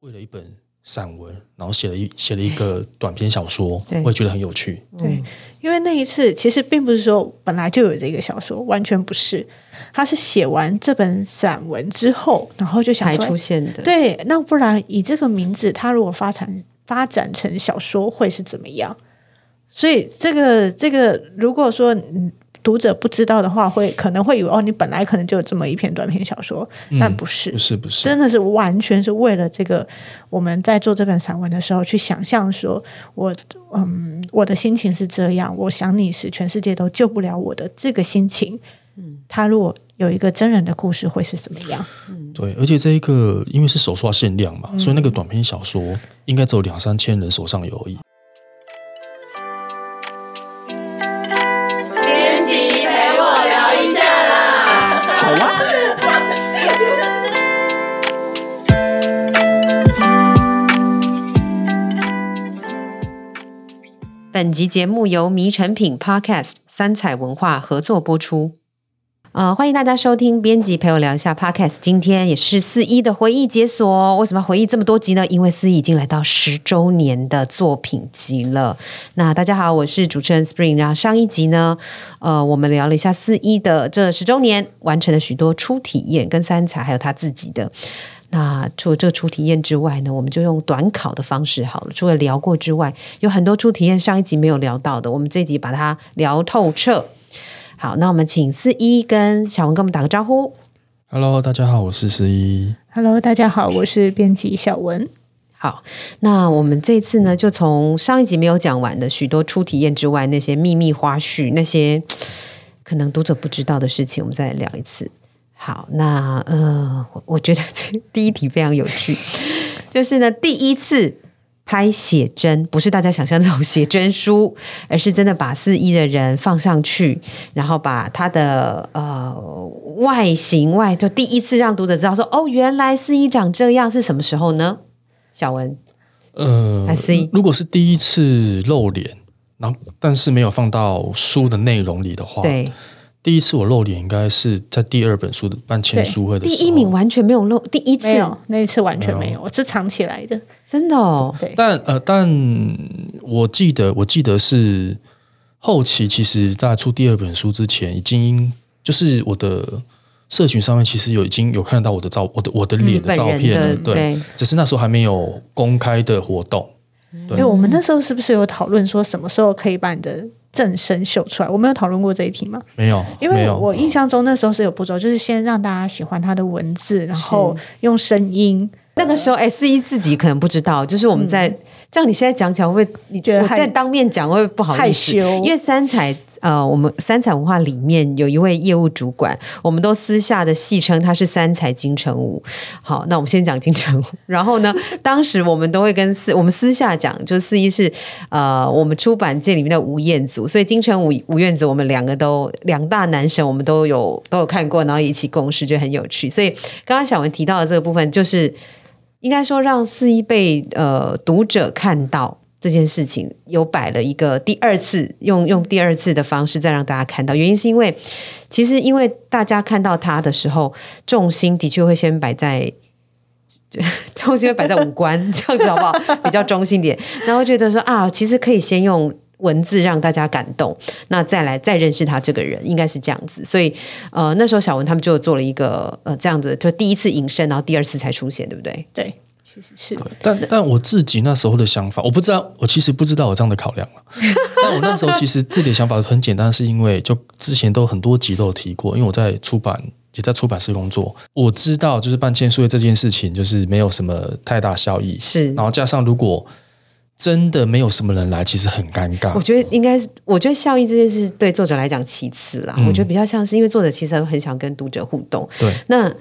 为了一本散文，然后写了一写了一个短篇小说对，我也觉得很有趣。对，因为那一次其实并不是说本来就有这个小说，完全不是，他是写完这本散文之后，然后就想才说，出现的。对，那不然以这个名字，它如果发展发展成小说会是怎么样？所以这个这个，如果说嗯读者不知道的话，会可能会以为哦，你本来可能就有这么一篇短篇小说，但不是，不是不是，真的是完全是为了这个，我们在做这本散文的时候去想象说，我嗯，我的心情是这样，我想你时，全世界都救不了我的这个心情。嗯，他如果有一个真人的故事，会是怎么样？对，而且这一个因为是手刷限量嘛，所以那嗯个短篇小说应该只有两三千人手上有而已。编辑陪我聊一下啦。本集节目由迷成品 Podcast 三彩文化合作播出。呃，欢迎大家收听《编辑陪我聊一下》Podcast。今天也是四一的回忆解锁哦。为什么要回忆这么多集呢？因为四一已经来到十周年的作品集了。那大家好，我是主持人 Spring。然后上一集呢，呃，我们聊了一下四一的这十周年完成了许多初体验，跟三彩还有他自己的。那除了这个初体验之外呢，我们就用短考的方式好了。除了聊过之外，有很多初体验上一集没有聊到的，我们这一集把它聊透彻。好，那我们请四一跟小文跟我们打个招呼。 Hello，大家好，我是十一。 Hello，大家好，我是编辑小文。好，那我们这次呢，就从上一集没有讲完的许多初体验之外，那些秘密花絮，那些可能读者不知道的事情，我们再来聊一次。好，那呃，我我觉得 这第一题非常有趣， 就是呢，第一次拍写真，不是大家想象那种写真书，而是真的把四一的人放上去，然后把他的呃外形外，就第一次让读者知道说，哦，原来四一长这样是什么时候呢？小文，呃 I see 如果是第一次露脸，然后但是没有放到书的内容里的话，，对，第一次我露脸应该是在第二本书的办签书会的第时候。一名完全没有漏，第一次没有，那一次完全没有，我嗯是藏起来的。真的哦，对，但呃，但我记得，我记得是后期，其实在出第二本书之前，已经就是我的社群上面其实有已经有看得到我的照，我的我的脸的本照人片了，的对，只是那时候还没有公开的活动。因哎为我们那时候是不是有讨论说什么时候可以把你的正身秀出来？我们有讨论过这一题吗？没有，因没为有我印象中那时候是有步骤，就是先让大家喜欢他的文字，然后用声音，那个时候 S 一自己可能不知道，就是我们在、这样，你现在讲起来会不会？你嗯觉得我害在当面讲会不会不好意思？害羞因为三彩呃，我们三彩文化里面有一位业务主管，我们都私下的戏称他是三彩金城武。好，那我们先讲金城武。 然后呢，当时我们都会跟四我们私下讲，就四一是呃我们出版界里面的吴彦祖，所以金城武吴彦祖我们两个都两大男神，我们都有都有看过，然后也一起共事，就很有趣。所以刚刚小文提到的这个部分就是。应该说让四一被呃读者看到这件事情，有摆了一个第二次用用第二次的方式再让大家看到，原因是因为其实因为大家看到他的时候，重心的确会先摆在。 重心会摆在五官，这样子好不好？比较中心点，然后觉得说啊，其实可以先用文字让大家感动，那再来再认识他这个人，应该是这样子。所以呃，那时候小文他们就做了一个呃这样子，就第一次隐身，然后第二次才出现，对不对？对，其实是但但我自己那时候的想法，我不知道，我其实不知道有这样的考量 了。但我那时候其实自己的想法很简单，是因为就之前都很多集都有提过，因为我在出版也在出版社工作，我知道就是办签书会这件事情就是没有什么太大效益，是然后加上如果真的没有什么人来，其实很尴我尬。觉得应该是，我觉得效益这件事对作者来讲其次啦。嗯我觉得比较像是因为作者其实很想跟读者互动，对，那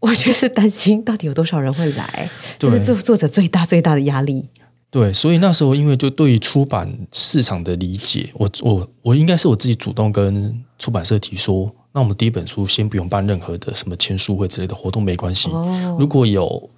我觉得是担心到底有多少人会来，这对是作作者最大最大的压力。对，所以那时候因为就对于出版市场的理解，我我我应该是我自己主动跟出版社提说，那我们第一本书先不用办任何的什么签书会之类的活动，没关系。哦，如果有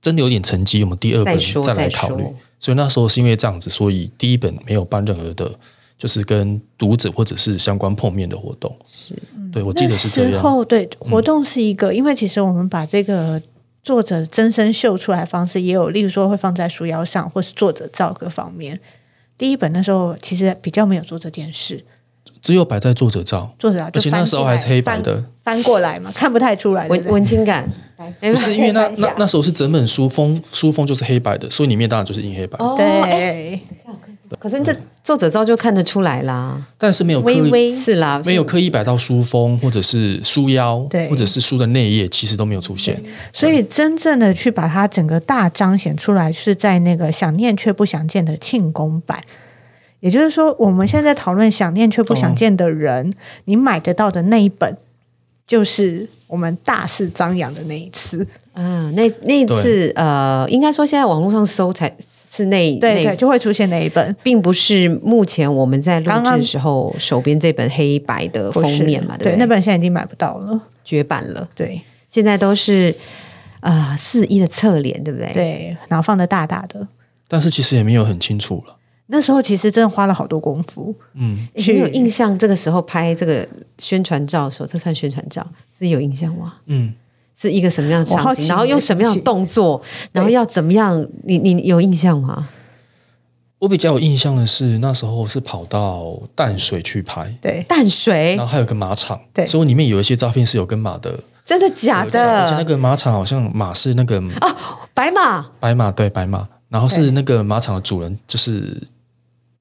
真的有点成绩，我们第二再本说再来再考虑说。所以那时候是因为这样子，所以第一本没有办任何的，就是跟读者或者是相关碰面的活动。是对，我记得是这嗯那时样。候对活动是一个，因为其实我们把这个。作者真身秀出来的方式也有，例如说会放在书腰上，或是作者照各方面。第一本那时候其实比较没有做这件事，只有摆在作者照，作者啊而就且翻那时候起来还是黑白的，翻，翻过来嘛，看不太出来。对文不对文青 感，哎不是因为那翻一下那那时候是整本书封书封就是黑白的，所以里面当然就是印黑白， 哦哎对，可是这作者照就看得出来啦，但是没有刻微意微是啦，没有刻意摆到书封或者是书腰，对或者是书的内页，其实都没有出现。所以真正的去把它整个大彰显出来，是在那个想念却不想见的庆功版。也就是说，我们现在讨论想念却不想见的嗯人，你买得到的那一本，就是我们大肆张扬的那一次。啊，那那一次呃，应该说现在网络上搜才是那对那对，，就会出现那一本。并不是目前我们在录刚制刚的时候手边这本黑白的不是封面嘛，对对，不那对？本现在已经买不到了。绝版了，对现在都是啊四一的侧脸，对不对？对，然后放的大大的。但是其实也没有很清楚了，那时候其实真的花了好多功夫，嗯，诶你有印象？这个时候拍这个宣传照的时候，这算宣传照是有印象吗？嗯，是一个什么样的我好场奇景？然后用什么样的动作？然后对要怎么样？你你你有印象吗？我比较有印象的是那时候是跑到淡水去拍，对淡水然后，还有个马场，对所以里面有一些照片是有跟马的真的假合照而且那的？个马场好像马是那个哦白马白马，对白马，然后是那个马场的主人就是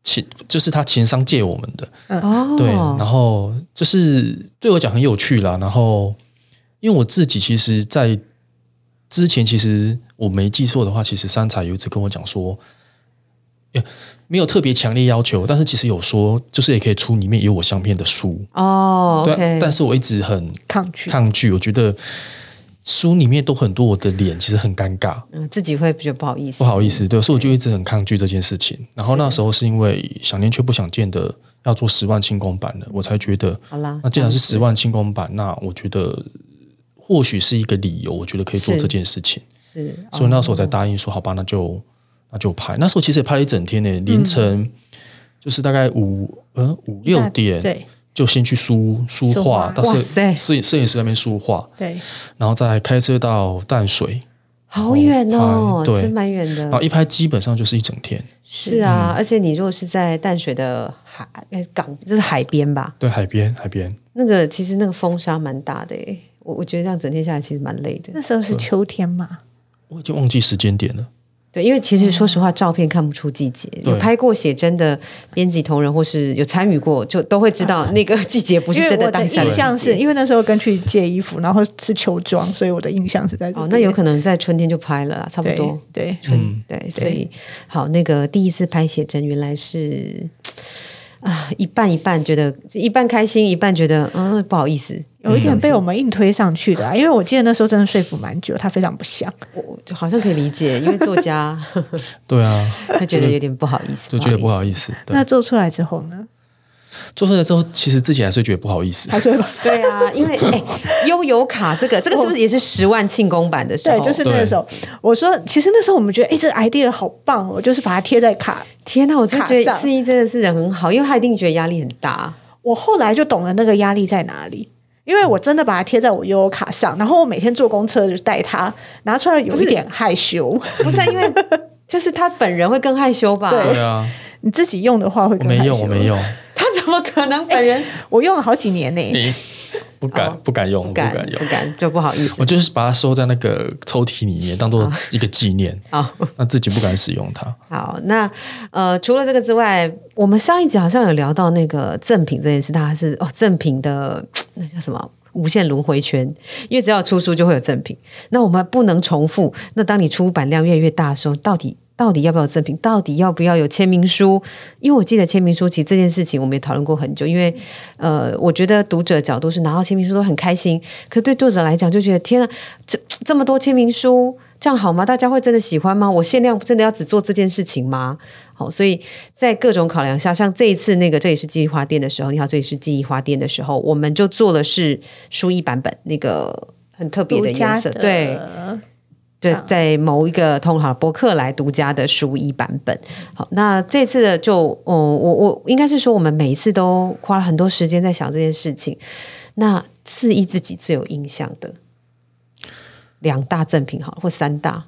情，就是他情商借我们的，嗯哦，对，然后就是对我讲很有趣啦。然后因为我自己其实，在之前其实我没记错的话，其实三彩有一次跟我讲说，呃没有特别强烈要求，但是其实有说，就是也可以出里面有我相片的书。哦对啊，OK，但是我一直很抗拒。抗拒，我觉得书里面都很多我的脸，其实很尴尬。嗯，自己会比较不好意思，不好意思，对，所以我就一直很抗拒这件事情。然后那时候是因为想念却不想见的要做十万轻功版了，我才觉得好啦那既然是十万轻功版，那我觉得或许是一个理由，我觉得可以做是这件事情。是，哦所以那时候我才答应说，好吧，那就那就拍。那时候其实也拍了一整天呢、凌晨、就是大概五嗯五六点，对就先去书书书画画，到哇塞摄摄影摄影师那边书画，对，然后再开车到淡水，好远哦，然后拍对哦真蛮远然后的。一拍基本上就是一整天。是啊，嗯而且你如果是在淡水的海呃港，就是海边吧，对，海边海边，那个其实那个风沙蛮大的诶。我我觉得这样整天下来其实蛮累的那，时候是秋天嘛，我已经忘记时间点了。对，因为其实说实话，照片看不出季节。有拍过写真的编辑同仁，或是有参与过，就都会知道那个季节不因是为真我当下印的象是因为那时候跟去借衣服，然后是秋装，所以我的印象是在这哦，那有能可能在春天就拍了啦，差不多嗯对。对嗯春对，所以好，那个第一次拍写真原来是啊，一半一半，觉得一半开心，一半觉得嗯不好意思，有一点被我们硬推上去的、啊，因为我记得那时候真的说服蛮久，他非常不像。我我就好像可以理解，因为作家 对啊，会觉得有点不好意思， 就觉得不意好意思。对那，做出来之后呢？做出来之后，其实自己还是觉得不好意思。 还是思。对啊，因为 哎，悠游卡这个，这个是不是也是十万庆功版的时候？对，就是那个时哦候，我说其实那时候我们觉得，哎、这个 idea 好棒，我就是把它贴在卡。天哪，我就觉卡得上四一真的是人很好，因为他一定觉得压力很 大。我后来就懂了那个压力在哪里。因为我真的把它贴在我悠悠卡上，然后我每天坐公车就带它拿出来，有一点害羞。不是啊因为就是他本人会更害羞吧？对对啊，你自己用的话会我更害没羞。用，我没，用，他怎么可能本人我用了好几年 呢、你不敢哦不敢用，我不不敢敢不用。敢就不好意思我就是把它收在那个抽屉里面，当哦做一个纪念。啊？ 那自己不敢使用它，好，那呃，除了这个之外，我们上一集好像有聊到那个赠品这件事，大家是哦，赠品的那叫什么？无限轮回圈，因为只要有出书就会有赠品，那我们不能重复。那当你出版量越来越大的时候，到底到底要不要有赠品？到底要不要有签名书？因为我记得签名书，其实这件事情我们也讨论过很久。因为呃，我觉得读者角度是拿到签名书都很开心，可对作者来讲就觉得天啊，这这么多签名书，这样好吗？大家会真的喜欢吗？我限量真的要只做这件事情吗？好，所以在各种考量下，像这一次那个这里是记忆花店的时候，你好，这里是记忆花店的时候，我们就做的是书衣版本，那个很特别独的家嗯哦颜色，对，对，在某一个通好博客来独家的书衣版本。好，那这次的就，哦，我我应该是说，我们每一次都花了很多时间在想这件事情。那四一自己最有印象的，两大赠品好了，或三大？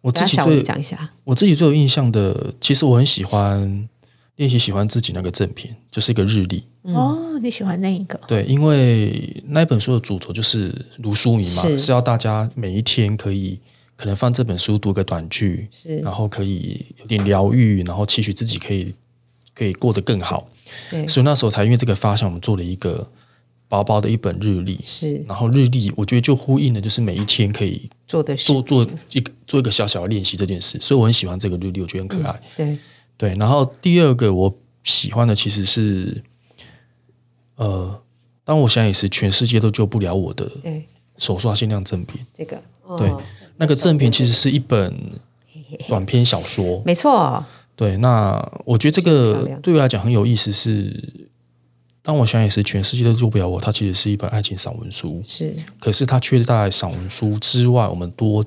我自等一己下小文最讲一下。我自己最有印象的，其实我很喜欢练习喜欢自己那个赠品，就是一个日历。哦，你喜欢那一个？对，因为那一本书的主轴就是如书名嘛，是是要大家每一天可以可能翻这本书读个短句，是然后可以有点疗愈，然后期许自己可以可以过得更好。对，所以那时候才因为这个发想，我们做了一个薄薄的一本日历。是然后日历，我觉得就呼应了，就是每一天可以做的事做做情一个做一个小小的练习这件事，所以我很喜欢这个日历，我觉得很嗯可爱。对，对，然后第二个我喜欢的其实是，呃，当我想也是全世界都救不了我的对手刷限量赠品。这个哦对，那个赠品其实是一本短篇小说。没错，对，那我觉得这漂个亮对我来讲很有意思是。当我想也是全世界都救不了我，它其实是一本爱情散文书，是可是它却在散文书之外，我们多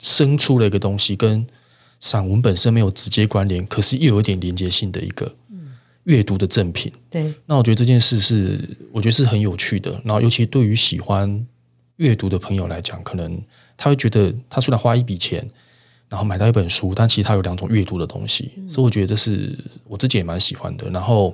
生出了一个东西，跟散文本身没有直接关联，可是又有一点连接性的一个阅读的赠品。对那我觉得这件事是，我觉得是很有趣的。然后，尤其对于喜欢阅读的朋友来讲，可能他会觉得，他虽然花一笔钱，然后买到一本书，但其实他有两种阅读的东西，所以我觉得这是我自己也蛮喜欢的。然后，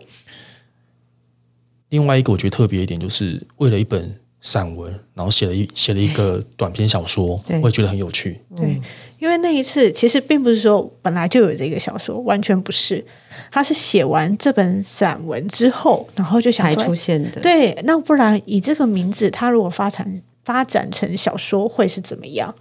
另外一个我觉得特别一点，就是为了一本散文，然后写了一写了一个短篇小说对，我也觉得很有趣。对，因为那一次其实并不是说本来就有这个小说，完全不是，他是写完这本散文之后，然后就想才说出现的，对，那不然以这个名字，它如果发展发展成小说会是怎么样？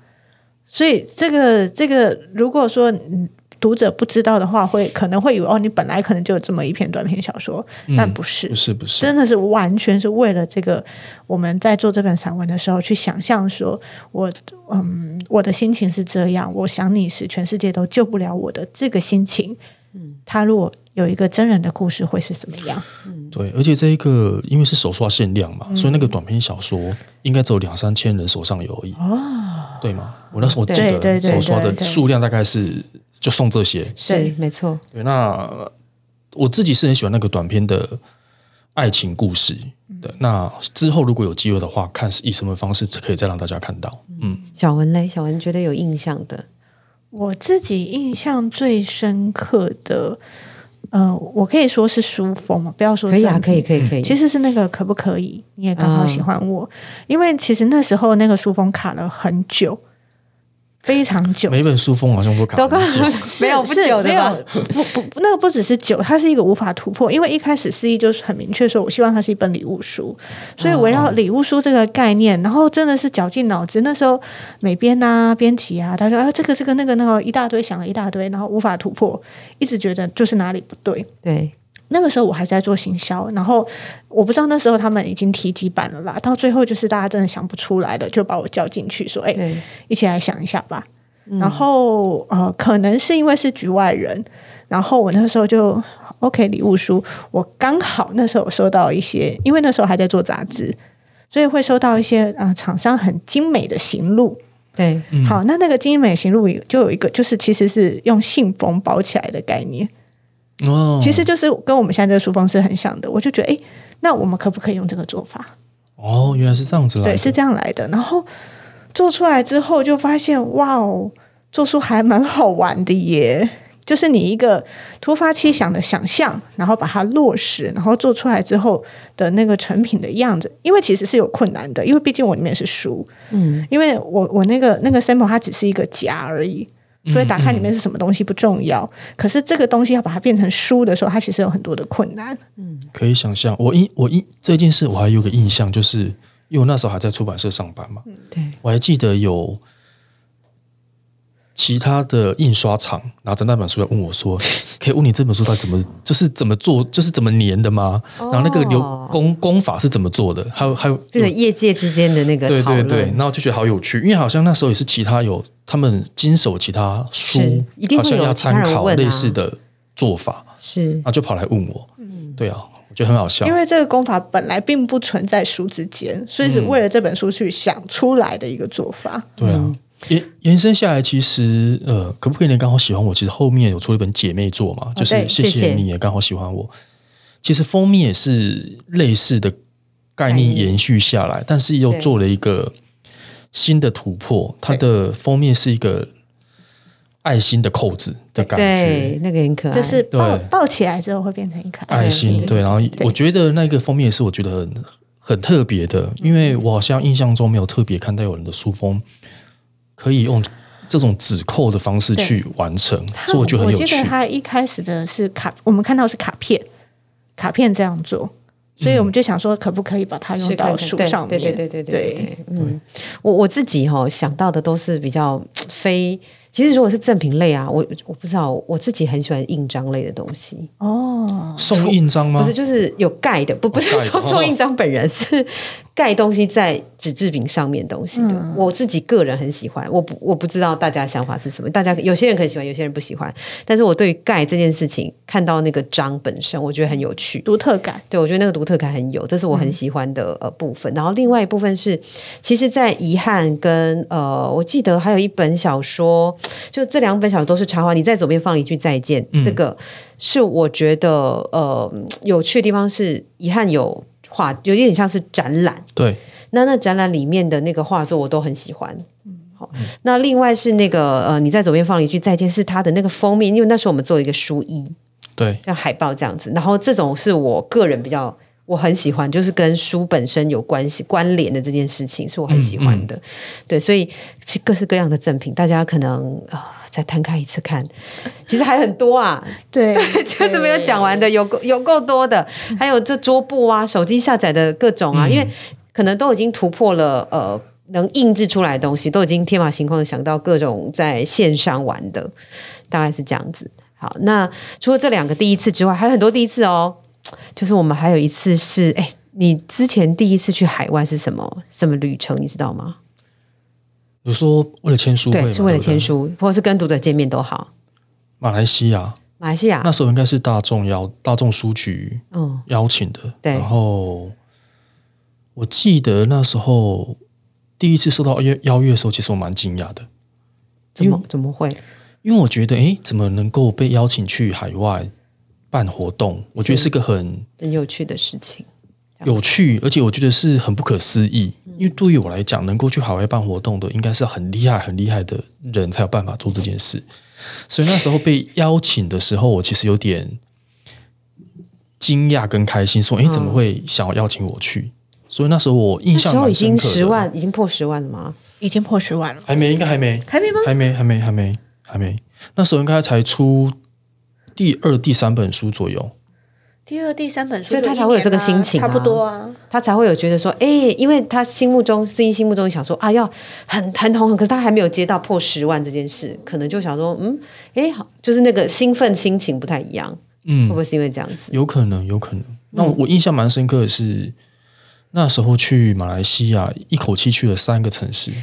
所以这个这个，如果说嗯读者不知道的话，会可能会以为哦，你本来可能就有这么一篇短篇小说，但不是，不是不是，真的是完全是为了这个，我们在做这本散文的时候去想象说，我嗯，我的心情是这样，我想你时，全世界都救不了我的这个心情，嗯，他如果有一个真人的故事会是怎么样？对，而且这一个因为是手刷限量嘛，所以那嗯个短篇小说应该只有两三千人手上有而已，哦，对吗？我那时候我记对对得对手刷的对对数量大概是就送这些。是没错，对，那我自己是很喜欢那个短篇的爱情故事嗯的。那之后如果有机会的话，看是以什么方式可以再让大家看到。嗯，小文嘞，小文觉得有印象的，我自己印象最深刻的，呃，我可以说是书风嘛，不要说可以啊，赠可以，品可以，可以，其实是那个可不可以？你也刚好喜欢我，因为其实那时候那个书风卡了很久，非常久，每一本书封好像都卡都刚 很久没有不是久的没吧有？不不不，那个不只是酒，它是一个无法突破。因为一开始四一就是很明确说，我希望它是一本礼物书，所哦以围绕礼物书这个概念，然后真的是绞尽脑汁。那时候美编啊、编辑啊，他说啊这个这个那个那个一大堆，想了一大堆，然后无法突破，一直觉得就是哪里不对。对，那个时候我还在做行销，然后我不知道那时候他们已经提几版了啦，到最后就是大家真的想不出来了，就把我叫进去说：“哎、对，一起来想一下吧。然后呃，可能是因为是局外人，然后我那时候就 OK 礼物书，我刚好那时候收到一些，因为那时候还在做杂志，所以会收到一些啊、呃厂商很精美的行录。对，好，那那个精美行录就有一个，就是其实是用信封包起来的概念，哦，其实就是跟我们现在这个书封是很像的。我就觉得，哎，那我们可不可以用这个做法？哦，原来是这样子来的，对，是这样来的。然后做出来之后就发现，哇哦，做出还蛮好玩的耶！就是你一个突发奇想的想象，然后把它落实，然后做出来之后的那个成品的样子，因为其实是有困难的，因为毕竟我里面是书，嗯，因为我我那个那个 sample 它只是一个夹而已，所以打开里面是什么东西不重要，可是这个东西要把它变成书的时候，它其实有很多的困难，可以想象，我印我印这件事我还有个印象，就是因为我那时候还在出版社上班嘛，对，我还记得有其他的印刷厂拿着那本书来问我说：“ 可以问你这本书它怎么就是怎么做，就是怎么粘的吗？哦然后那个流工工法是怎么做的？还有还有就是业界之间的那个对讨对论，对，然后就觉得好有趣，因为好像那时候也是其他有他们经手其他是书一，定好会像有要其他参人考问啊类似的做法，是然后就跑来问我。嗯对啊，我觉得很好笑因。为这个功法本来并不存在书之间，所以是为了这本书去想出来的一个做法。对啊，延延伸下来，其实呃，可不可以你刚好喜欢我？其实后面有出了一本姐妹作嘛，就对是谢谢谢哦谢你也刚好喜欢我。其实封面也是类似的概概念念延续下来，但是又对做了一个新的突破，它的封面是一个爱心的扣子的感觉对，，那个很可爱，就是抱对抱起来之后会变成一颗爱心心。对。然后我觉得那个封面也是我觉得很很特别的，因为我好像印象中没有特别看到有人的书封可以用这种指扣的方式对去完成，它所以我觉得很有我记趣得。他一开始的是卡，我们看到是卡片，卡片这样做，所以我们就想说，可不可以把它用是看到看树对上面？嗯对对对对对对，嗯，我我自己哈、想到的都是比较非，其实如果是赠品类啊，我我不知道，我自己很喜欢印章类的东西，哦，送印章吗不？是就是有盖的，不不是盖的说哦送印章本人， 是盖东西在纸制品上面东西的。嗯我自己个人很喜欢，我不我不知道大家想法是什么，大家有些人可能喜欢，有些人不喜欢，但是我对于盖这件事情，看到那个章本身，我觉得很有趣。独特感。对，我觉得那个独特感很有，这是我很喜欢的、呃部分。然后另外一部分是，其实，在遗憾跟呃，我记得还有一本小说，就这两本小说都是插画。你在左边放一句再见，这个是我觉得呃有趣的地方是，遗憾有画，有点像是展览。对，那那展览里面的那个画作我都很喜欢。好，那另外是那个呃，你在左边放一句再见，是它的那个封面，因为那时候我们做了一个书衣，对，像海报这样子。然后这种是我个人比较我很喜欢，就是跟书本身有关系关联的这件事情，是我很喜欢的。对，所以其各式各样的赠品，大家可能啊、再摊开一次看，其实还很多啊， 对，就是没有讲完的，有够有够多的，还有这桌布啊，手机下载的各种啊，因为可能都已经突破了呃。能印制出来的东西都已经天马行空的想到各种在线上玩的，大概是这样子。好，那除了这两个第一次之外，还有很多第一次哦。就是我们还有一次是，哎，你之前第一次去海外是什么什么旅程，你知道吗？比如说为了签书会嘛，是为了对不对签，书，或者是跟读者见面都好。马来西亚马来西亚那，时候应该是大众邀大众书局嗯，邀请的，对然后我记得那时候第一次收到邀邀约的时候，其实我蛮惊讶的，怎么怎么会？因为我觉得，诶，怎么能够被邀请去海外办活动？我觉得是个很很有趣的事情。有趣，而且我觉得是很不可思议。嗯因为对于我来讲，能够去海外办活动的，应该是很厉害、很厉害的人才有办法做这件事。所以那时候被邀请的时候，我其实有点惊讶跟开心，说：“诶，嗯怎么会想要邀请我去？”所以那时候我印那象时候已蛮深经刻的。十万，已经破十万了吗？已经破十万了，还没，应该还没，还没吗？还没，还没，还没，还没。那时候应该才出第二、第三本书左右。第二、第三本书所就以一他年啊，才会有这个心情啊差不多啊。他才会有觉得说，哎、因为他心目中司仪心目中想说啊，要很很红，可是他还没有接到破十万这件事，可能就想说，嗯，哎、好，就是那个兴奋心情不太一样，嗯会不，会是因为这样子？有可能，有可能。那我印象蛮深刻的是，那时候去马来西亚，一口气去了三个城市。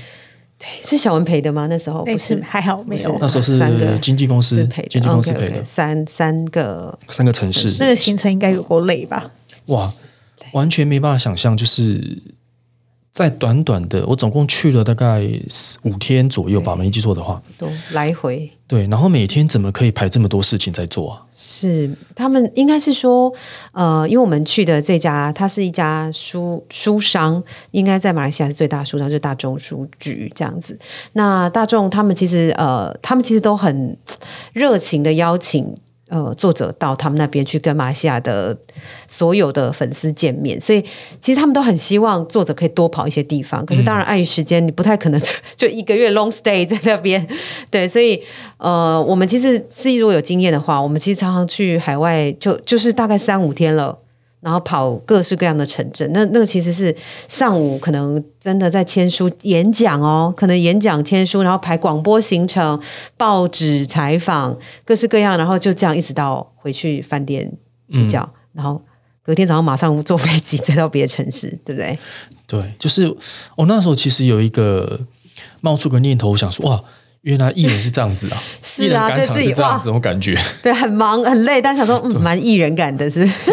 是小文赔的吗？那时候那不次是，哎还好没有不是那时候三个是经纪公是司赔，的，经纪公司 o k 赔 o 的 k 三三个，三个城那市，个行程应该有够累吧？哇，完全没办法想象，就是在短短的，我总共去了大概四五天左右吧，没记错的话。都来回对，然后每天怎么可以排这么多事情在做啊？是他们应该是说，呃，因为我们去的这家，它是一家书书商，应该在马来西亚是最大的书商，就是大众书局这样子。那大众他们其实呃，他们其实都很呃热情的邀请。呃，作者到他们那边去跟马来西亚的所有的粉丝见面，所以其实他们都很希望作者可以多跑一些地方。可是当然，碍于时间，你不太可能 就就一个月 long stay 在那边。对，所以呃，我们其实是如果有经验的话，我们其实常常去海外就，就是大概三五天了。然后跑各式各样的城镇，那那个其实是上午可能真的在签书演讲哦，可能演讲签书，然后排广播行程、报纸采访，各式各样，然后就这样一直到回去饭店睡觉，然后隔天早上马上坐飞机再到别的城 市，对不对？对，就是我、哦、那时候其实有一个冒出个念头，我想说哇，原来艺人是这样子啊，艺 是人啊，赶就场自是己这样哇子，，我感觉。对，很忙很累，但想说嗯，蛮艺人感 的是不是。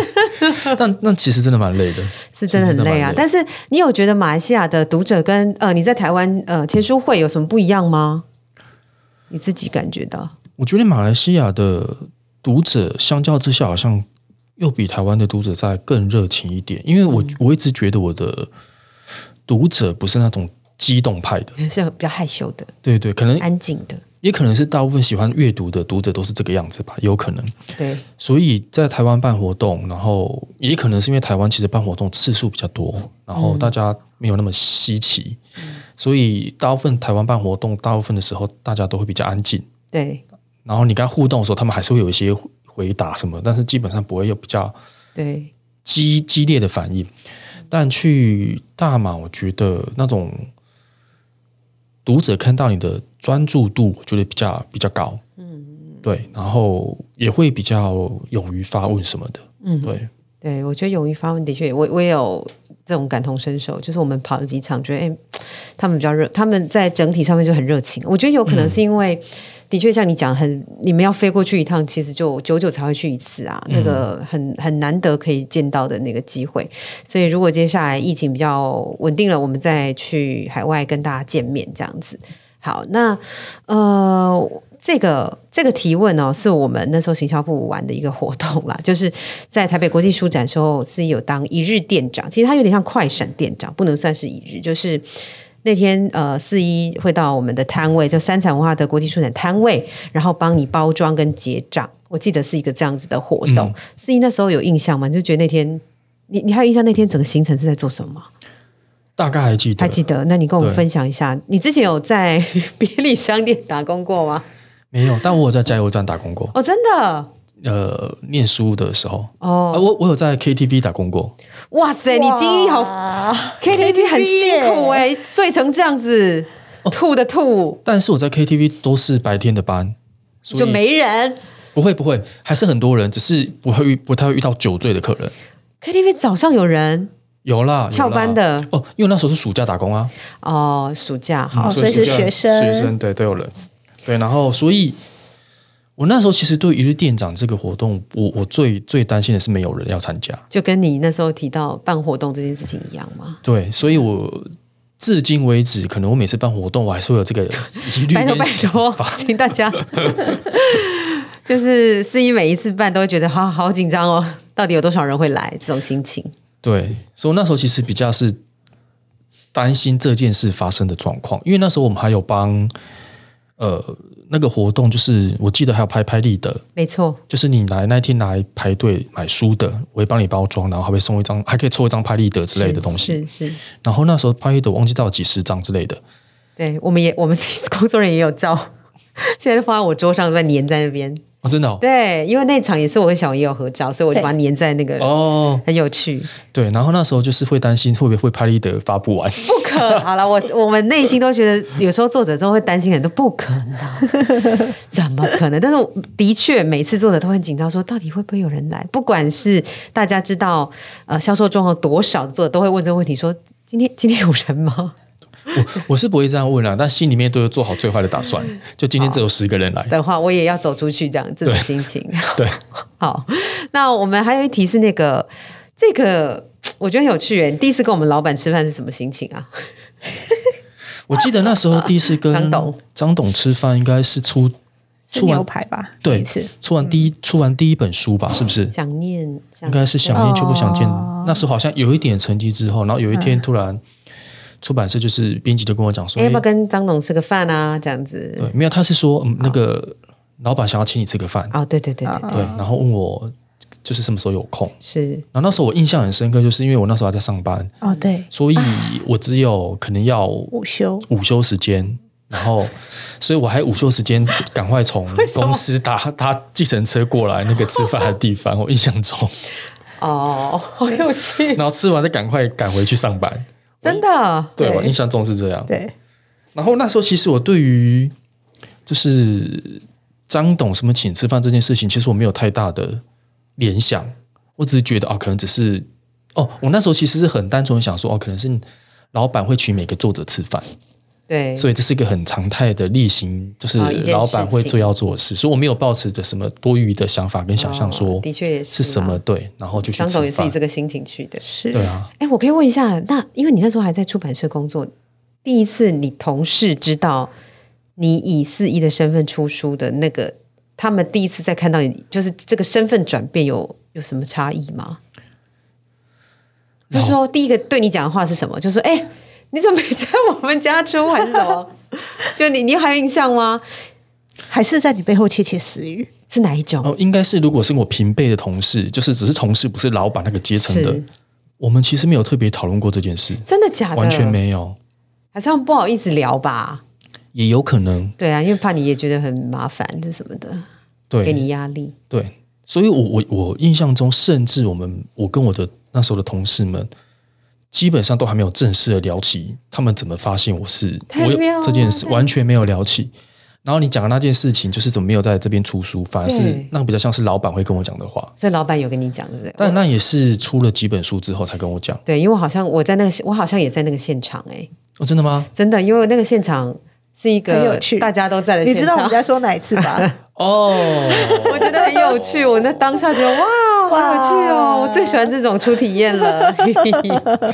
但那其实真的蛮累的， 是真的其实真很累啊的蛮累！但是你有觉得马来西亚的读者跟呃你在台湾呃签书会有什么不一样吗？你自己感觉到？ 我觉得马来西亚的读者相较之下，好像又比台湾的读者嗯在更热情一点，因为我、我一直觉得我的读者不是那种激动派的，是比较害羞的、对对，可能安静的，也可能是大部分喜欢阅读的读者都是这个样子吧，有可能。对，所以在台湾办活动，然后也可能是因为台湾其实办活动次数比较多，然后大家没有那么稀奇，所以大部分台湾办活动，大部分的时候大家都会比较安静。对，然后你跟他互动的时候，他们还是会有一些回答什么，但是基本上不会有比较对，激激烈的反应。但去大马，我觉得那种读者看到你的专注度，我觉得比较比较高。嗯，对，然后也会比较勇于发问什么的。嗯，对，对，我觉得勇于发问的确，我我也有这种感同身受。就是我们跑了几场，觉得哎、他们比较热，他们在整体上面就很热情。我觉得有可能是因为，的确像你讲，很你们要飞过去一趟，其实就久久才会去一次啊，那个很很难得可以见到的那个机会。所以如果接下来疫情比较稳定了，我们再去海外跟大家见面这样子。好，那呃。这个这个提问哦，是我们那时候行销部玩的一个活动啦，就是在台北国际书展的时候是有当一日店长，其实他有点像快闪店长，不能算是一日，就是那天呃四一会到我们的摊位，就三产文化的国际书展摊位，然后帮你包装跟结账，我记得是一个这样子的活动。嗯四一那时候有印象吗？你就觉得那天你你还有印象那天整个行程是在做什么吗？大概还记得，还记得？那你跟我们对分享一下，你之前有在 便利商店打工过吗？没有？但我有在加油站打工过，哦，真的。呃，念书的时候，哦啊、我我有在 KTV 打工过，哇塞，你精力好，KTV 很辛苦哎、醉成这样子，吐的吐，但是我在 KTV 都是白天的班，所以就没人。不会不会，还是很多人，只是不会遇不太会遇到酒醉的客人。 KTV 早上有人有啦，有啦翘班的哦，因为那时候是暑假打工啊，哦，暑假好，哦所以是暑假学生学生对都有人，对，然后所以，我那时候其实对一日店长这个活动，我我最最担心的是没有人要参加，就跟你那时候提到办活动这件事情一样嘛。对，所以我至今为止，可能我每次办活动，我还是会有这个疑虑拜托跟拜想托法， 请大家，就是司仪每一次办都会觉得好好紧张哦，到底有多少人会来？这种心情对，所以那时候其实比较是担心这件事发生的状况，因为那时候我们还有帮呃那个活动，就是我记得还有拍拍立得，没错，就是你来那天来排队买书的，我会帮你包装，然后还会送一张，还可以抽一张拍立得之类的东西。是是。是然后那时候拍立得我忘记到几十张之类的，对，我们也我们自己工作人员也有照， 现在就放在我桌上，在粘在那边。哦，真的哦，对，因为那场也是我跟小莹也有合照，所以我就对把它粘在那个，哦，很有趣。对。然后那时候就是会担心会不会会拍立得发不完，不可 好了，我我们内心都觉得，有时候作者都会担心很多，不可能，怎么可能？但是我的确，每次作者都很紧张，说到底会不会有人来？不管是大家知道呃销售状况多少的作者，都会问这个问题说。今天今天有人吗？我我是不会这样问啦，但心里面都有做好最坏的打算，就今天只有十个人 来，的话，我也要走出去，这样这种对心情。对， 好，那我们还有一题是那个这个，我觉得很有趣耶。你第一次跟我们老板吃饭是什么心情啊？ 我记得那时候第一次跟张董张董吃饭，应该是出是出完牛排吧？对一次出完第一出完第一本书吧，是不是？想念，想应该是想念却不想见。哦那时候好像有一点成绩之后，然后有一天突然出版社就是编辑就跟我讲说，嗯哎要不要诶跟张董吃个饭啊？这样子。对，没有，他是说嗯那个老板想要请你吃个饭，哦，对对对对对，对，然后问我就是什么时候有空。是然后那时候我印象很深刻，就是因为我那时候还在上班，哦，对，所以我只有可能要午午休休时间。然后，所以我还午休时间赶快 从公司搭搭计程车过来那个吃饭的地方，我印象 中，哦， 好有趣，然后吃完再赶快赶回去上班。真的。对对我印象中是这样。对，然后那时候其实我对于就是张董什么请吃饭这件事情，其实我没有太大的联想，我只是觉得哦，可能只是哦，我那时候其实是很单纯地想说哦，可能是老板会请每个作者吃饭，对，所以这是一个很常态的例行，就是哦一件事情老板会最要做的事，所以我没有抱持着什么多余的想法跟想象说哦的确也是是什么啦对，然后就去张董吃也是以饭这。个心情去的。是对啊，哎，我可以问一下，那因为你那时候还在出版社工作，第一次你同事知道你以四一的身份出书的那个，他们第一次在看到你，就是这个身份转变有有什么差异吗？就是说，第一个对你讲的话是什么？就是说，哎，你怎么没在我们家出还是什么？就你你还有印象吗？还是在你背后窃窃私语？是哪一种？哦，应该是如果是我平辈的同事，就是只是同事，不是老板那个阶层的是，我们其实没有特别讨论过这件事，真的假的？完全，没有，还是他们不好意思聊吧？也有可能对啊，因为怕你也觉得很麻烦，这什么的，给对你压力。对，所以我我我印象中，甚至我们我跟我的那时候的同事们，基本上都还没有正式的聊起他们怎么发现我是太我有妙了这件事，太完全没有聊起。然后你讲的那件事情，就是怎么没有在这边出书，反而是对那个比较像是老板会跟我讲的话，所以老板有跟你讲，对不对？但那也是出了几本书之后才跟我讲。对，因为我好像我在那个，我好像也在那个现场哎、哦，真的吗？真的，因为那个现场是一很个有趣大家都在的你现知道场，我们在说哪一次吧？哦， 我觉得很有趣。我那当下觉得哇，好有趣哦！我最喜欢这种初体验 了。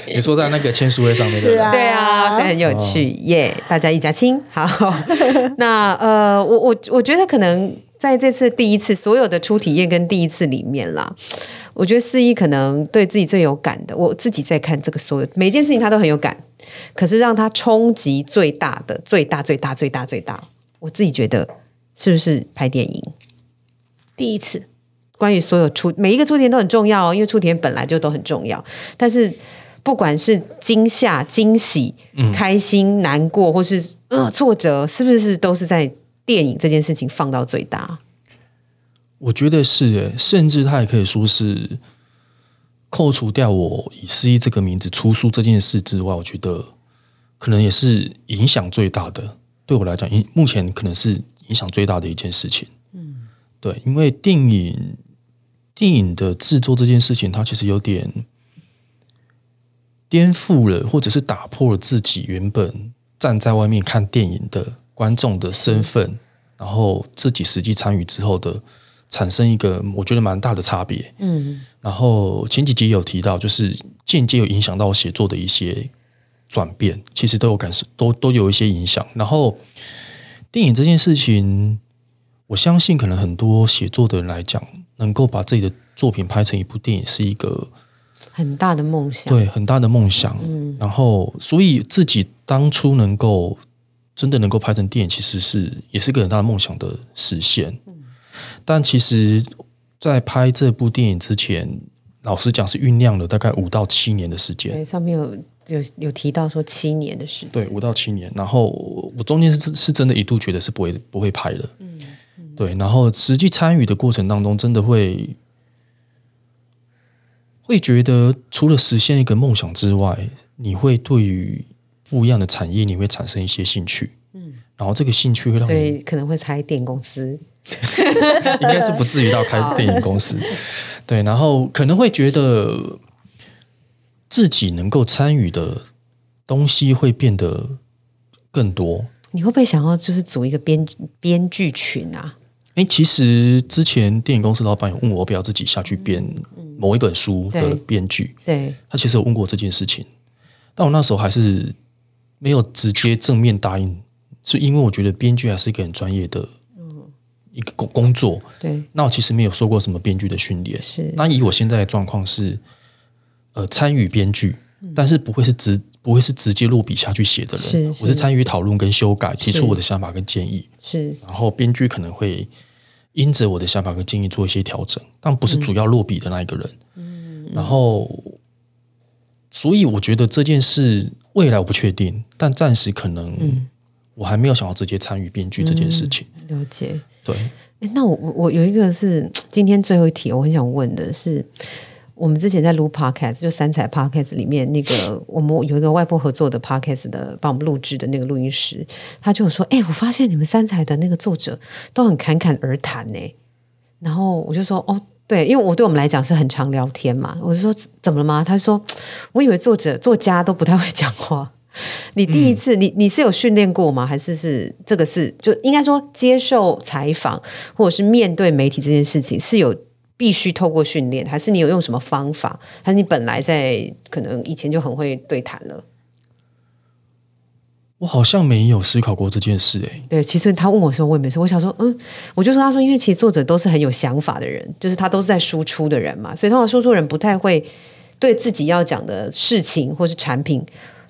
你说在那个签书会上面的是啊对啊，所以很有趣耶大家一家亲。好，那呃，我我我觉得可能在这次第一次所有的初体验跟第一次里面啦，我觉得四一可能对自己最有感的，我自己在看这个所有每一件事情，他都很有感，可是让他冲击最大的、最大、最大、最大、最大，我自己觉得是不是拍电影？第一次，关于所有触每一个触点都很重要哦，因为触点本来就都很重要。但是不管是惊吓、惊喜、嗯开心、难过，或是呃挫折，是不是都是在电影这件事情放到最大？我觉得是诶，甚至他也可以说是扣除掉我以失忆这个名字出书这件事之外，我觉得可能也是影响最大的。对我来讲，影目前可能是影响最大的一件事情。嗯，对，因为电影电影的制作这件事情，它其实有点颠覆了，或者是打破了自己原本站在外面看电影的观众的身份，然后自己实际参与之后的产生一个我觉得蛮大的差别。嗯，然后前几集也有提到，就是间接有影响到我写作的一些转变，其实都有感受，都都有一些影响。然后电影这件事情，我相信可能很多写作的人来讲，能够把自己的作品拍成一部电影，是一个很大的梦想。对很大的梦想。然后所以自己当初能够真的能够拍成电影，其实是也是个很大的梦想的实现。但其实，在拍这部电影之前，老实讲是酝酿了大概五到七年的时间。对，上面有有有提到说七年的时对，间，五到七年。然后我中间是是真的一度觉得是不会不会拍的，对。然后实际参与的过程当中，真的会会觉得，除了实现一个梦想之外，你会对于不一样的产业，你会产生一些兴趣，嗯。然后这个兴趣会让所你以可能会开电影公司。应该是不至于到开电影公司，对。然后可能会觉得自己能够参与的东西会变得更多，你会不会想要就是组一个编编剧群啊？哎、其实之前电影公司老板有问我要不要自己下去编某一本书的嗯对编剧，对，他其实有问过我这件事情，但我那时候还是没有直接正面答应，是因为我觉得编剧还是一个很专业的嗯一个工工作。对，那我其实没有受过什么编剧的训练，是那以我现在的状况是，呃，参与编剧，但是不会是直不会是直接落笔下去写的人，嗯是是我是参与讨论跟修改，提是出我的想法跟建议。是，然后编剧可能会因着我的想法跟建议做一些调整，但不是主要落笔的那一个人。然后，所以我觉得这件事未来我不确定，但暂时可能我还没有想要直接参与编剧这件事情。了解。对，诶那我我我有一个是今天最后一题，我很想问的是，我们之前在录 podcast 就三彩 podcast 里面那个我们有一个外部合作的 podcast 的帮我们录制的那个录音师，他就有说：“哎、我发现你们三彩的那个作者都很侃侃而谈呢、然后我就说：“哦。”对，因为我对我们来讲是很常聊天嘛，我就说怎么了吗？他说，我以为作者作家都不太会讲话。你第一次，你你是有训练过吗？还是是这个是就应该说接受采访或者是面对媒体这件事情是有必须透过训练，还是你有用什么方法？还是你本来在可能以前就很会对谈了？我好像没有思考过这件事、欸，诶，对，其实他问我的时候，我也没说，我想说，嗯，我就说，他说，因为其实作者都是很有想法的人，就是他都是在输出的人嘛，所以通常输出人不太会对自己要讲的事情或是产品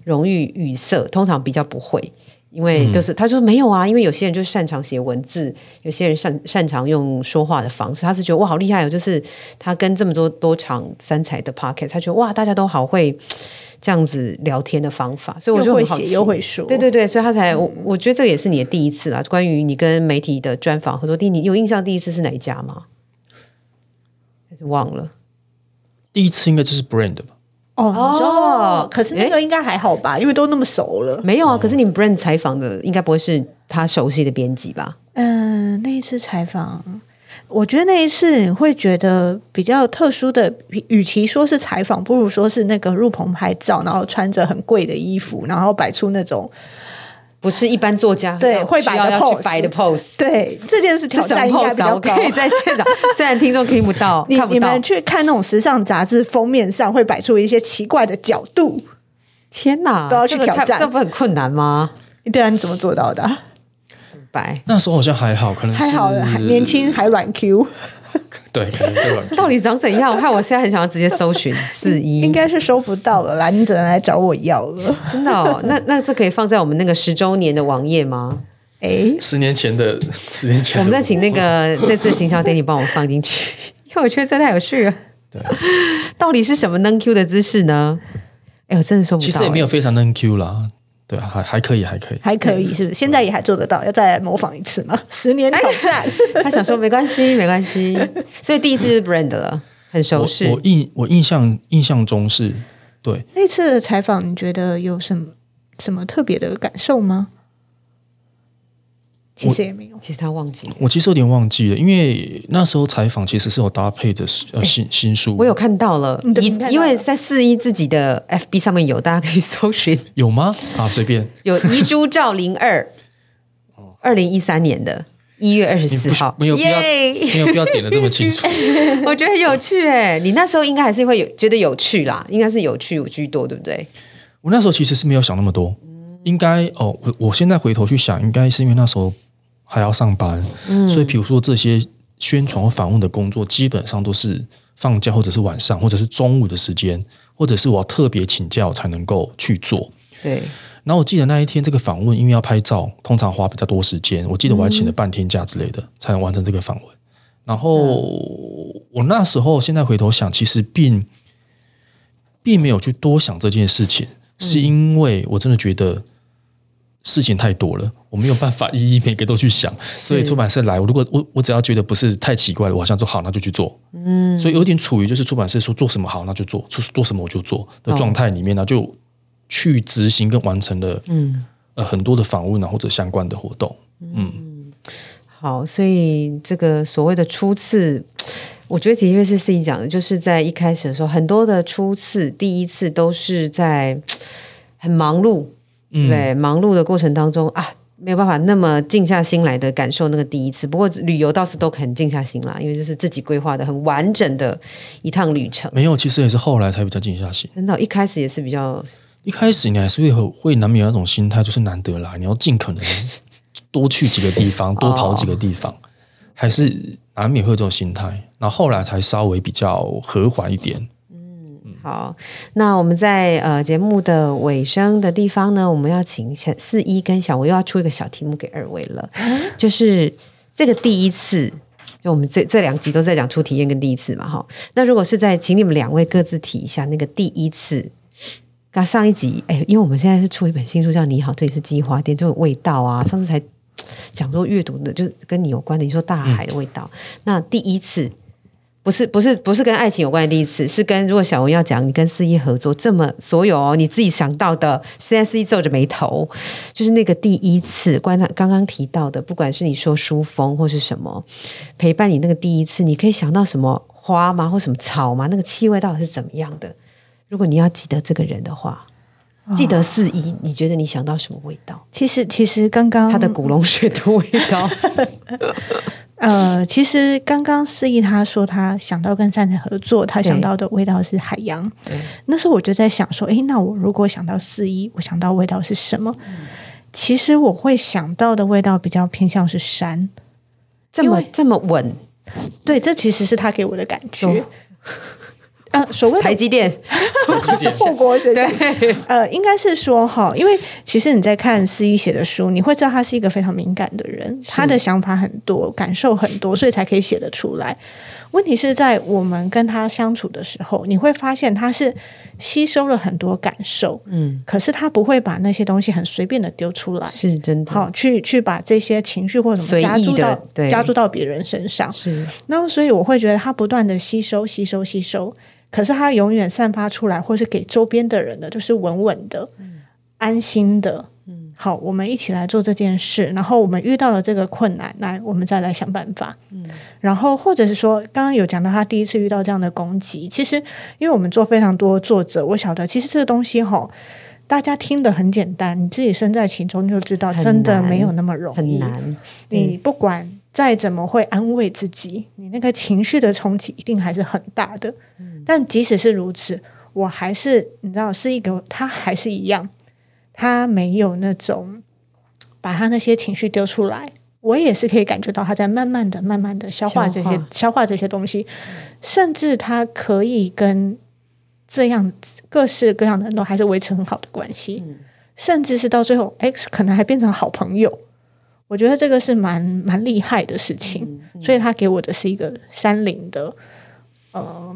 容易语塞，通常比较不会。因为就是、他说没有啊，因为有些人就是擅长写文字，有些人擅擅长用说话的方式。他是觉得哇好厉害哦，就是他跟这么多多场三彩的 pocket，他觉得哇大家都好会这样子聊天的方法，所以 我就又会很好写奇又会说，对对对，所以他嗯才我我觉得这个也是你的第一次啦。关于你跟媒体的专访合作，第一你有印象第一次是哪一家吗？还是忘了？第一次应该就是 brand 吧，哦，你说哦可是那个应该还好吧，因为都那么熟了。没有啊。可是你们 Brand 采访的应该不会是他熟悉的编辑吧？嗯、那一次采访，我觉得那一次你会觉得比较特殊的，与其说是采访，不如说是那个入棚拍照，然后穿着很贵的衣服，然后摆出那种不是一般作家对要会摆的需要要 pose 去摆的 pose。对这件事是挑什战么应该比 pose 啊？较我高可。以在现场， 虽然听众听不到，你看不你到们。去看那种时尚杂志封面上会摆出一些奇怪的角度，天哪，都要去这个挑太战这不很困难吗？对啊，你怎么做到的啊？白，那时候好像还好，可能是还好还年，轻还软 Q，对，可能是软到底长怎样？我看我现在很想要直接搜寻四一，应该是收不到了啦，你只能来找我要 了。真的、哦？那那这可以放在我们那个十周年的网页吗？哎，十年前的十年前的 我们再请那个这次的行销 Danny 帮我们放进去， 因为我觉得这太有趣了。对，到底是什么能 Q 的姿势呢？哎，我真的说不到、其实也没有非常的 NQ 啦，对，还还可以，还可以。还可以，是不是？现在也还做得到，要再来模仿一次吗？ 十年挑 战，哎他想说没关系，没关 系。所以第一次就是 Brand 了，很熟我识。我印我印象印象中是对，那次的采访，你觉得有什么什么特别的感受吗？其实也没有，其实他忘记了，我其实有点忘记了，因为那时候采访其实是有搭配着呃新新书，我有看到了，嗯对一你看到了因为在四一自己的 FB 上面有，大家可以搜寻 有吗？啊，随便，有遗珠照零二，二零一三年的一月二十你四不号，没有必要耶没有必要点的这么清楚。 我觉得很有趣哎、你那时候应该还是会有觉得有趣啦，应该是有趣居多，对不对？我那时候其实是没有想那么多，应该哦，我我现在回头去想，应该是因为那时候还要上班，嗯所以比如说这些宣传和访问的工作，基本上都是放假或者是晚上，或者是中午的时间，或者是我要特别请假我才能够去做。对，然后我记得那一天这个访问，因为要拍照，通常花比较多时间。我记得我还请了半天假之类的，才能完成这个访问。然后我那时候现在回头想，其实并并没有去多想这件事情，是因为我真的觉得事情太多了，我没有办法一一每个都去想。所以出版社来，我如果我我只要觉得不是太奇怪了，我好像说好，那就去做。嗯，所以有点处于就是出版社说做什么好，那就做，做做什么我就做的状态里面呢，就去执行跟完成了嗯呃很多的访问啊或者相关的活动。好，所以这个所谓的初次，我觉得的确是思怡讲的，就是在一开始的时候，很多的初次、第一次都是在很忙碌，对，忙碌的过程当中啊。没有办法那么静下心来的感受那个第一次，不过旅游倒是都很静下心来，因为就是自己规划的很完整的一趟旅程。没有，其实也是后来才比较静下心。真的，一开始也是比较一开始你还是会有会难免有那种心态，就是难得来，你要尽可能 多去几个地方，多跑几个地方，还是难免会有这种心态。然后后来才稍微比较和缓一点。好，那我们在呃节目的尾声的地方呢，我们要请小四一跟小吴又要出一个小题目给二位了，就是这个第一次，就我们这这两集都在讲初体验跟第一次嘛，哈。那如果是在，请你们两位各自提一下那个第一次。那上一集，哎，因为我们现在是出一本新书叫《你好，这里是计划店》，就有味道啊。上次才讲说阅读的，就是跟你有关的，你说大海的味道。那第一次不是不是不是跟爱情有关的第一次，是跟如果小文要讲你跟四一合作这么所有哦，你自己想到的，现在四一皱着眉头，就是那个第一次，关他刚刚提到的，不管是你说书风或是什么，陪伴你那个第一次，你可以想到什么花吗，或什么草吗？那个气味到底是怎么样的？如果你要记得这个人的话，记得四一，你觉得你想到什么味道？其实其实刚刚他的古龙水的味 道，呃，其实刚刚思怡她说她想到跟善财合作，她想到的味道是海洋。那时候我就在想说，诶，那我如果想到四一，我想到味道是什么？其实我会想到的味道比较偏向是山。这么这么稳， 对，这其实是他给我的感觉哦。呃，所谓的台积电， 是护国神山。呃，应该是说哈，因为其实你在看司仪写的书，你会知道他是一个非常敏感的人，他的想法很多，感受很多，所以才可以写得出来。问题是在我们跟他相处的时候，你会发现他是吸收了很多感受，嗯，可是他不会把那些东西很随便的丢出来，是真的，好去去把这些情绪或什么随加意注的到对加注到别人身上，是然后，所以我会觉得他不断的吸收、吸收、吸收，可是他永远散发出来，或是给周边的人的，就是稳稳的、嗯安心的。嗯，好，我们一起来做这件事，然后我们遇到了这个困难，来，我们再来想办法。嗯，然后或者是说，刚刚有讲到他第一次遇到这样的攻击，其实因为我们做非常多作者，我晓得其实这个东西哈。大家听的很简单，你自己身在其中就知道，很真的难没有那么容很易。难，你不管再怎么会安慰自己，你那个情绪的冲击一定还是很大的。但即使是如此，我还是你知道是一个，他还是一样，他没有那种把他那些情绪丢出来。我也是可以感觉到他在慢慢的、慢慢的消化这些、消消化化这些东西，甚至他可以跟这样各式各样的人都还是维持很好的关系，甚至是到最后，哎，可能还变成好朋友。我觉得这个是蛮蛮厉害的事情，所以他给我的是一个山林的，呃，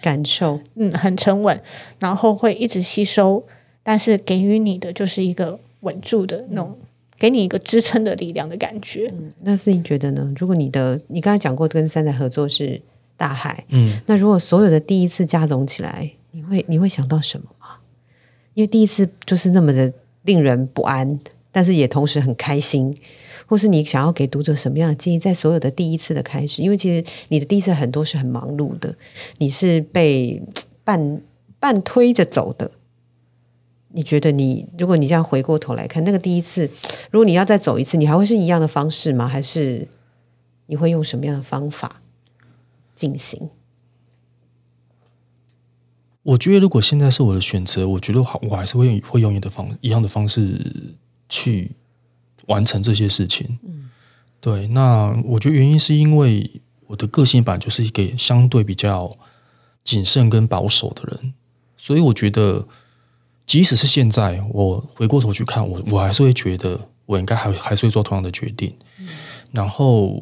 感受嗯，很沉稳，然后会一直吸收，但是给予你的就是一个稳住的那种，给你一个支撑的力量的感觉。那是你觉得呢？如果你的你刚才讲过跟三仔合作是大海，嗯，那如果所有的第一次加总起来，你会你会想到什么吗？因为第一次就是那么的令人不安，但是也同时很开心，或是你想要给读者什么样的建议？在所有的第一次的开始，因为其实你的第一次很多是很忙碌的，你是被嘖半半推着走的。你觉得你，如果你这样回过头来看那个第一次，嘖如果你要再走一次，你还会是一样的方式吗？还是你会用什么样的方法进行？我觉得如果现在是我的选择，我觉得我还我还是会用会用你的方一样的方式去完成这些事情。嗯，对。那我觉得原因是因为我的个性版就是一个相对比较谨慎跟保守的人，所以我觉得即使是现在，我回过头去看，我我还是会觉得我应该还还是会做同样的决定。然后，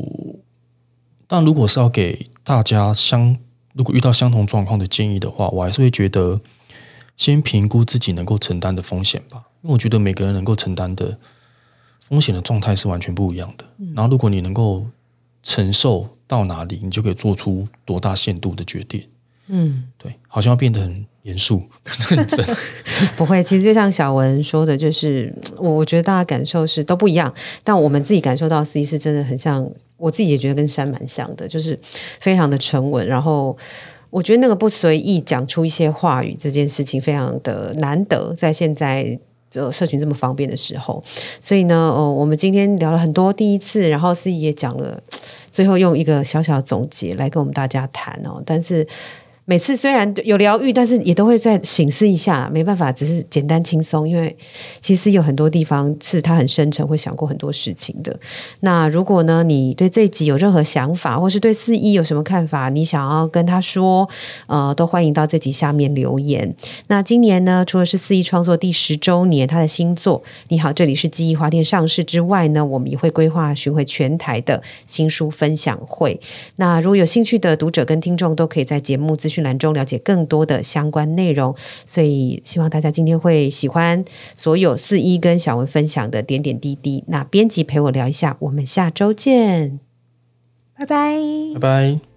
但如果是要给大家相如果遇到相同状况的建议的话，我还是会觉得先评估自己能够承担的风险吧，因为我觉得每个人能够承担的风险的状态是完全不一样的。然后，如果你能够承受到哪里，你就可以做出多大限度的决定。嗯，对，好像要变得很严肃、很认真。 不会，其实就像小文说的，就是我我觉得大家感受是都不一样，但我们自己感受到 C 是真的很像，我自己也觉得跟山蛮像的，就是非常的沉稳，然后。我觉得那个不随意讲出一些话语这件事情非常的难得，在现在呃社群这么方便的时候，所以呢，呃，我们今天聊了很多第一次，然后司仪也讲了，最后用一个小小的总结来跟我们大家谈哦。但是每次虽然有疗愈，但是也都会再醒思一下，没办法，只是简单轻松，因为其实有很多地方是他很深沉，会想过很多事情的。那如果呢，你对这一集有任何想法，或是对四一有什么看法，你想要跟他说，呃，都欢迎到这集下面留言。那今年呢，除了是四一创作第十周年，他的新作《你好，这里是记忆花店》上市之外呢，我们也会规划巡回全台的新书分享会。那如果有兴趣的读者跟听众，都可以在节目资讯栏中了解更多的相关内容。所以希望大家今天会喜欢所有四一跟小文分享的点点滴滴。那编辑陪我聊一下，我们下周见。拜拜。拜拜。